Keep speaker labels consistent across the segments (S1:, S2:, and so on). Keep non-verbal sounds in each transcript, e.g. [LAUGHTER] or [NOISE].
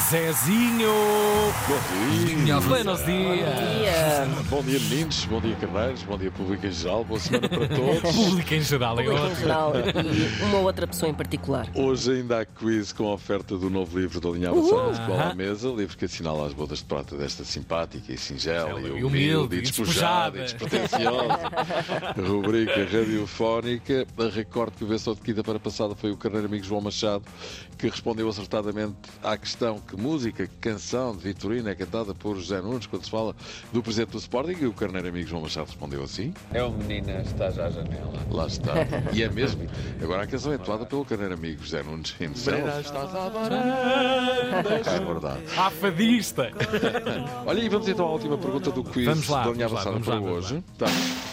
S1: Zezinho!
S2: Bom dia.
S1: Buenos dias!
S2: Bom dia, meninos. Bom dia, Carneiros. Bom dia, público em geral. Boa semana para todos.
S1: Público em geral, é
S3: Público em
S1: ótimo.
S3: geral e uma outra pessoa em particular.
S2: Hoje ainda há quiz com a oferta do novo livro da linha Avançada de Bola à Mesa, livro que assinala as bodas de prata desta simpática e singela
S1: Singela
S2: e
S1: e humilde
S2: humilde
S1: e
S2: e despojada e despretensiosa [LAUGHS] rubrica radiofónica. A recorde que venceu de quinta para passada foi o carneiro amigo João Machado, que respondeu acertadamente à questão que música, que canção de Vitorina é cantada por José Nunes quando se fala do presidente do Sporting e o carneiro amigo João Machado respondeu assim.
S4: É o menina, está já à janela.
S2: Lá está. E é mesmo. Agora a canção é atuada pelo carneiro amigo José Nunes Menina, estás à varanda. É verdade.
S1: À Ah, fadista!
S2: Olha, e vamos então à última pergunta do quiz
S1: Vamos lá,
S2: da linha
S1: vamos lá,
S2: avançada
S1: vamos lá,
S2: para
S1: vamos
S2: hoje. Tá.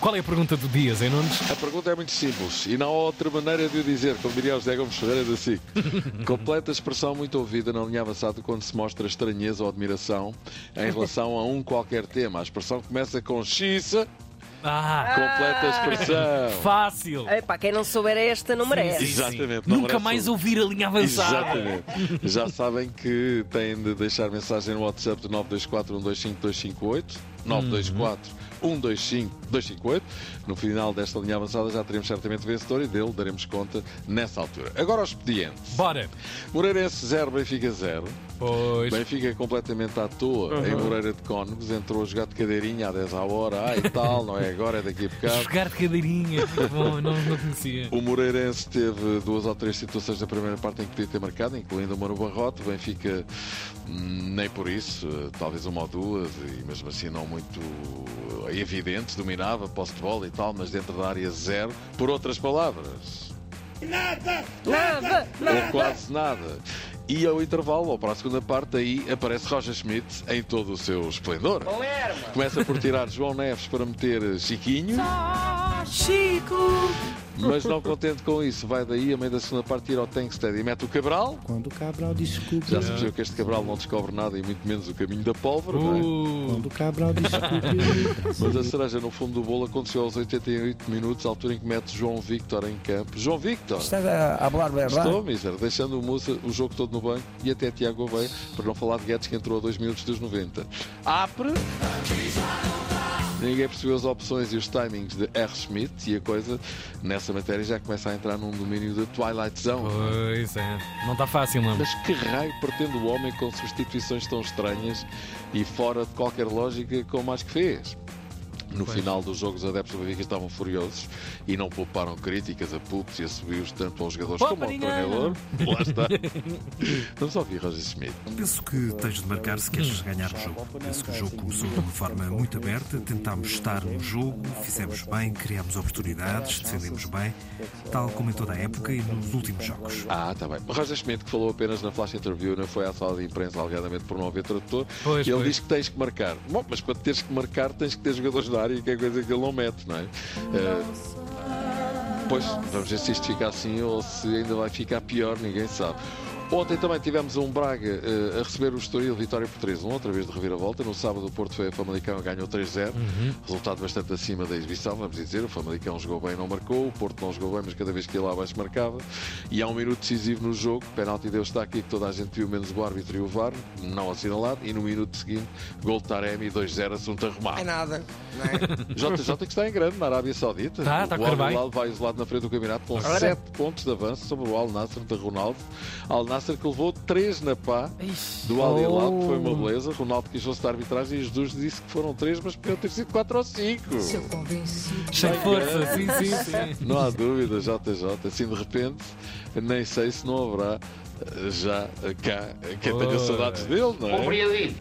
S1: Qual é a pergunta do dia, Zé Nunes?
S2: A pergunta é muito simples e não há outra maneira de o dizer, como diria o José Gomes Ferreira da
S1: [LAUGHS]
S2: SIC. Completa a expressão muito ouvida na linha avançada quando se mostra estranheza ou admiração em relação a um qualquer tema. A expressão começa com xiça,
S1: Ah,
S2: completa a expressão.
S1: fácil!
S3: Epá, quem não souber é esta, não merece.
S2: sim. Exatamente, não
S1: Nunca
S2: merece
S1: mais
S2: um-
S1: ouvir a linha avançada!
S2: Exatamente. Já sabem que têm de deixar mensagem no WhatsApp do 924 125 258. 924 125 258. No final desta linha avançada já teremos certamente vencedor e dele daremos conta nessa altura. Agora ao expediente.
S1: Bora!
S2: Moreirense 0, Benfica 0.
S1: Pois.
S2: Benfica completamente à toa em Moreira de Cónegos. Entrou a jogar de cadeirinha à 10 à hora. Ai tal, não é agora, é daqui a bocado.
S1: Jogar de cadeirinha, muito bom, não, não conhecia.
S2: O Moreirense teve duas ou três situações na primeira parte em que podia ter marcado, incluindo o Moro Barrote. O Benfica, hum, nem por isso, eh, talvez uma ou duas, e mesmo assim não muito eh, evidentes. Dominava, posse de bola e tal, mas dentro da área zero. Por outras palavras,
S3: Nada,
S2: ou
S3: nada.
S2: quase nada. E ao intervalo, ou para a segunda parte, aí aparece Roger Schmidt em todo o seu esplendor. Começa por tirar João Neves para meter Chiquinho. Mas não contente com isso, vai daí a meio da segunda parte tira o Tankstead e mete o Cabral.
S5: Quando o Cabral descobriu,
S2: Já se percebeu que este Cabral não descobre nada e muito menos o caminho da pólvora, não é?
S1: Uh,
S5: quando o Cabral descobriu,
S2: Mas a cereja no fundo do bolo aconteceu aos 88 minutos, à altura em que mete João Victor em campo. João Victor!
S6: Estás a hablar verdade?
S2: Estou, Miser, deixando o Musa o jogo todo no banco e até Tiago Gouveia, para não falar de Guedes que entrou a 2 minutos dos 90. Apre! Ninguém percebeu as opções e os timings de R. Schmidt e a coisa, nessa matéria, já começa a entrar num domínio da Twilight Zone.
S1: pois é, não está fácil, não.
S2: Mas que raio pretende o homem com substituições tão estranhas e fora de qualquer lógica como as que fez? No final do jogo, os adeptos do Benfica estavam furiosos e não pouparam críticas a pups e a subios tanto aos jogadores
S1: Poupa
S2: como ao
S1: ninguém.
S2: treinador.
S1: [LAUGHS]
S2: Lá está. Vamos ouvir Roger Schmidt.
S7: Penso que tens de marcar se queres ganhar o jogo. Penso que o jogo começou de uma forma muito aberta, tentámos estar no jogo, fizemos bem, criámos oportunidades, defendemos bem, tal como em toda a época e nos últimos jogos.
S2: Ah, está bem. Roger Schmidt, que falou apenas na flash interview, não foi à sala de imprensa alegadamente por não haver tradutor.
S1: Pois,
S2: ele
S1: pois.
S2: diz que tens que marcar. Bom, mas para teres que marcar, tens que ter jogadores na área, que é coisa que ele não mete, não é? Eh, pois, vamos ver se isto fica assim ou se ainda vai ficar pior, ninguém sabe. Ontem também tivemos um Braga eh, a receber o Estoril Vitória por 3-1, outra vez de reviravolta. No sábado o Porto foi a Famalicão e ganhou 3-0. Resultado bastante acima da exibição, vamos dizer. O Famalicão jogou bem, não marcou. O Porto não jogou bem, mas cada vez que ia lá abaixo marcava. E há um minuto decisivo no jogo. Penalti deu está aqui que toda a gente viu, menos o árbitro e o VAR. Não assinalado. E no minuto seguinte, gol de Taremi, 2-0, assunto arrumado.
S6: É nada, não é?
S2: JJ que está em grande na Arábia Saudita.
S1: Tá, tá a
S2: o
S1: correr
S2: Al
S1: bem.
S2: Hilal vai isolado na frente do campeonato com 7 pontos de avanço sobre o Al Nasser de Ronaldo. Al Nasser que levou 3 na pá do Al Hilal, que foi
S1: oh.
S2: uma beleza. Ronaldo queixou-se da arbitragem e Jesus disse que foram 3, mas podiam ter sido 4 ou 5.
S1: Cheio de força, sim,
S2: é.
S1: sim, sim.
S2: Não há dúvida, JJ. Assim de repente, nem sei se não haverá eh, já eh, cá eh, quem tenha
S1: Pois.
S2: saudades dele, não é?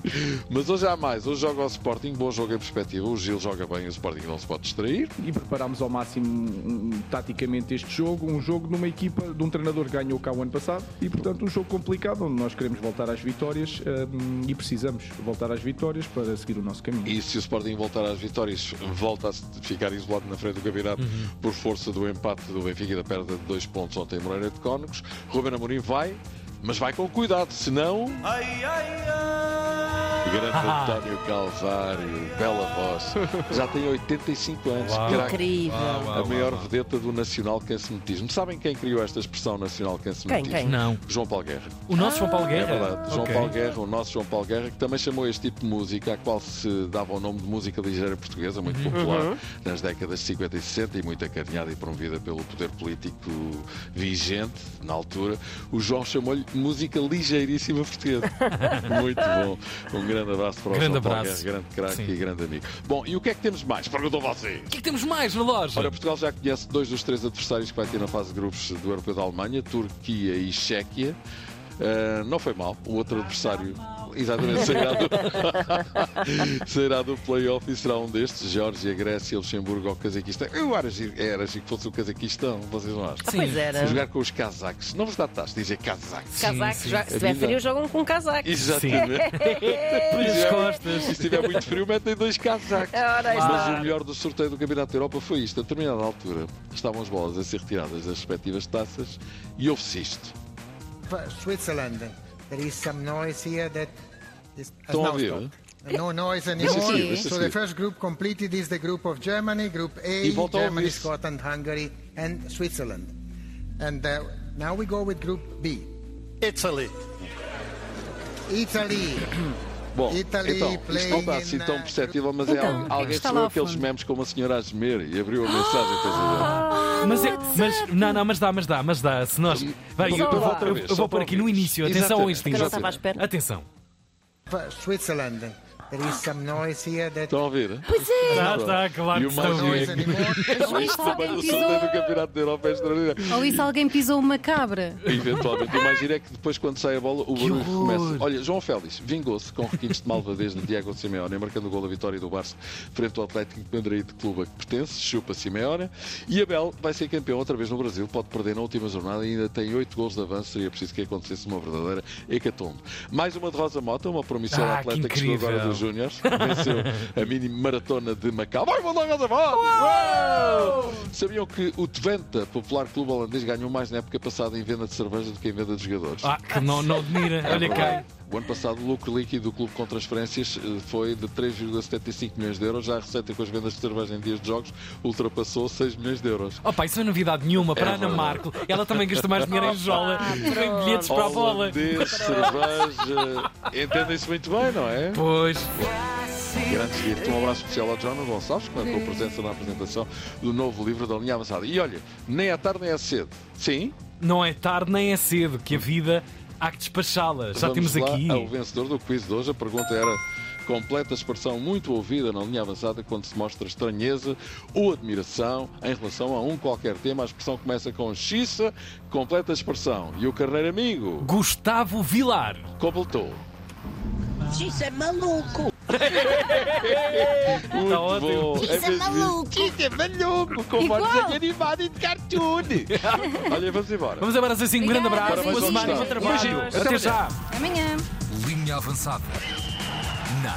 S2: Mas hoje há mais. Hoje joga o Sporting, bom jogo em perspectiva. O Gil joga bem, o Sporting não se pode distrair.
S8: e preparámos ao máximo hum, taticamente este jogo, um jogo numa equipa de um treinador que ganhou cá o ano passado e portanto um jogo complicado onde nós queremos voltar às vitórias hum, e precisamos voltar às vitórias para seguir o nosso caminho.
S2: E se o Sporting voltar às vitórias, volta a ficar isolado na frente do campeonato
S1: Uhum.
S2: por força do empate do Benfica e da perda de dois pontos ontem em Moreira de Cónegos. Ruben Amorim vai, mas vai com cuidado, senão...
S1: [LAUGHS]
S2: Grande António Calvário, bela voz. Já tem 85 anos,
S1: Uau.
S2: craque.
S3: Incrível. Ah,
S1: Uau, uau,
S2: A
S1: uau,
S2: maior
S1: uau.
S2: vedeta do nacional cancenotismo. Sabem quem criou esta expressão nacional cancenotismo?
S3: Quem?
S1: Não.
S2: João Paulo Guerra.
S1: O nosso João Paulo
S2: É
S1: Guerra.
S2: verdade. João
S1: Ok.
S2: Paulo Guerra, o nosso João Paulo Guerra, que também chamou este tipo de música, a qual se dava o nome de música ligeira portuguesa, muito
S1: Uhum.
S2: popular nas décadas de 50 e 60 e muito acarinhada e promovida pelo poder político vigente na altura. O João chamou-lhe música ligeiríssima
S1: [LAUGHS]
S2: portuguesa. muito bom. Um grande abraço para o
S1: Grande
S2: João Paulo
S1: abraço.
S2: Guerra, grande craque
S1: Sim.
S2: e grande amigo. Bom, e o que é que temos mais? Perguntou vocês.
S1: O que é que temos mais na loja?
S2: Ora, Portugal já conhece dois dos três adversários que vai ter na fase de grupos do Europeu da Alemanha, Turquia e Chequia. Ah, não foi mal, o outro adversário exatamente sairá do, sairá do playoff e será um destes: Geórgia, Grécia, Luxemburgo ou Cazaquistão. Eu era giro, era giro que fosse o Cazaquistão, vocês não acham?
S3: Ah, pois era.
S2: Jogar com os casacos, não vos dá taxa dizer casacos.
S1: Sim,
S3: Casacos,
S1: sim.
S3: já- se tiver
S2: Avisa.
S3: frio, jogam com casacos.
S2: Exatamente.
S1: Pelas costas.
S2: Se estiver muito frio, metem dois casacos.
S3: Ora, aí está.
S2: Mas o melhor do sorteio do Campeonato da Europa foi isto. A determinada altura, estavam as bolas a ser retiradas das respectivas taças e ouve-se isto.
S9: Switzerland. There is some noise here that is has
S2: Estão a eh?
S9: now
S2: ouvir?
S9: stopped.
S2: hein?
S9: No noise
S2: Deixa
S9: anymore.
S2: seguir, deixa
S9: so
S2: seguir.
S9: the first group completed is the group of Germany, Group
S2: E
S9: A,
S2: volta ao
S9: Germany,
S2: vice.
S9: Scotland, Hungary, and Switzerland. And uh, now we go with Group B. Italy. Italy.
S2: Bom,
S9: Italy
S2: então, isto não está assim
S9: playing,
S2: tão
S9: uh,
S2: perceptível, mas é
S10: Então,
S2: algo-
S10: o que é que
S2: alguém
S10: está
S2: recebeu
S10: lá ao
S2: aqueles
S10: fundo?
S2: memes com uma senhora a gemer e abriu a
S10: [GASPS]
S2: mensagem. estás a ver?
S1: Mas, é, mas não, não, mas dá, mas dá, mas dá. Se nós. Vai, eu, eu vou,
S2: outra
S1: eu-
S2: vez,
S1: eu
S2: só
S1: vou pôr
S2: para
S1: aqui no
S2: ouvires.
S1: início. Atenção a isto.
S3: Eu
S2: Exatamente.
S3: não
S1: Inês.
S3: estava à espera.
S1: Atenção.
S9: Switzerland. There is some noise here that
S2: Estão a ouvir? hein?
S1: Está, está, claro que
S2: E o
S1: está a
S2: mais
S1: ouvir.
S9: noise anymore.
S10: é,
S2: Isto
S10: Ou
S2: também no
S10: alguém
S2: sorteio do
S10: pisou,
S2: Campeonato da Europa é extraordinário.
S10: ou isso alguém pisou uma cabra.
S2: Eventualmente, imagina é que depois, quando sai a bola, o barulho
S1: horror!
S2: começa. Olha, João Félix vingou-se com requintes de malvadez de Diego Simeone, marcando o gol da vitória do Barça frente ao Atlético de Madrid, de clube a que pertence, chupa Simeone. E Abel vai ser campeão outra vez no Brasil, pode perder na última jornada e ainda tem oito gols de avanço. Seria preciso que acontecesse uma verdadeira hecatombe. Mais uma de Rosa Mota, uma promissora
S1: Ah, que
S2: atleta que, chegou agora
S1: incrível!
S2: dos Júniors, venceu a mini maratona de Macau. Vai, mandar Rosa Mota! Uau! Sabiam que o Twente, popular clube holandês, ganhou mais na época passada em venda de cerveja do que em venda de jogadores.
S1: Ah, que não, não
S2: [LAUGHS]
S1: admira. Olha cá.
S2: O ano passado o lucro líquido do clube com transferências eh, foi de 3,75 milhões de euros. Já a receita com as vendas de cerveja em dias de jogos ultrapassou 6 milhões de euros.
S1: Opa, isso não é novidade nenhuma para a Ana
S2: verdade.
S1: Marco. Ela também gasta mais dinheiro em jola do que em bilhetes para a bola.
S2: Holandês, cerveja. Entendem-se muito bem, não é?
S1: Pois,
S2: Grande seguinte. Um abraço especial ao Jonas Gonçalves, que marcou presença na apresentação do novo livro da linha avançada. E olha, nem à tarde nem à cedo. Sim,
S1: não é tarde nem é cedo que a vida há que despachá-la. Já
S2: Vamos
S1: temos
S2: lá
S1: aqui.
S2: ao vencedor do quiz de hoje. A pergunta era completa a expressão muito ouvida na linha avançada quando se mostra estranheza ou admiração em relação a um qualquer tema. A expressão começa com xiça, completa a expressão. E o carneiro amigo
S1: Gustavo Vilar.
S2: completou.
S3: Isso é maluco.
S2: Muito
S1: Tá ótimo.
S2: bom. É
S10: Isso é
S2: mesmo
S10: maluco.
S2: Isso é maluco. Com
S10: Igual.
S2: vários desenho animado e de
S1: [LAUGHS]
S2: cartoon. Olha, vamos embora.
S1: Vamos abraço assim. Um grande
S10: Obrigada,
S1: abraço. Boa
S10: beijinhos.
S1: semana e bom
S10: Beijinhos.
S1: trabalho.
S2: Até
S1: Até já.
S10: Amanhã.
S1: Linha avançada.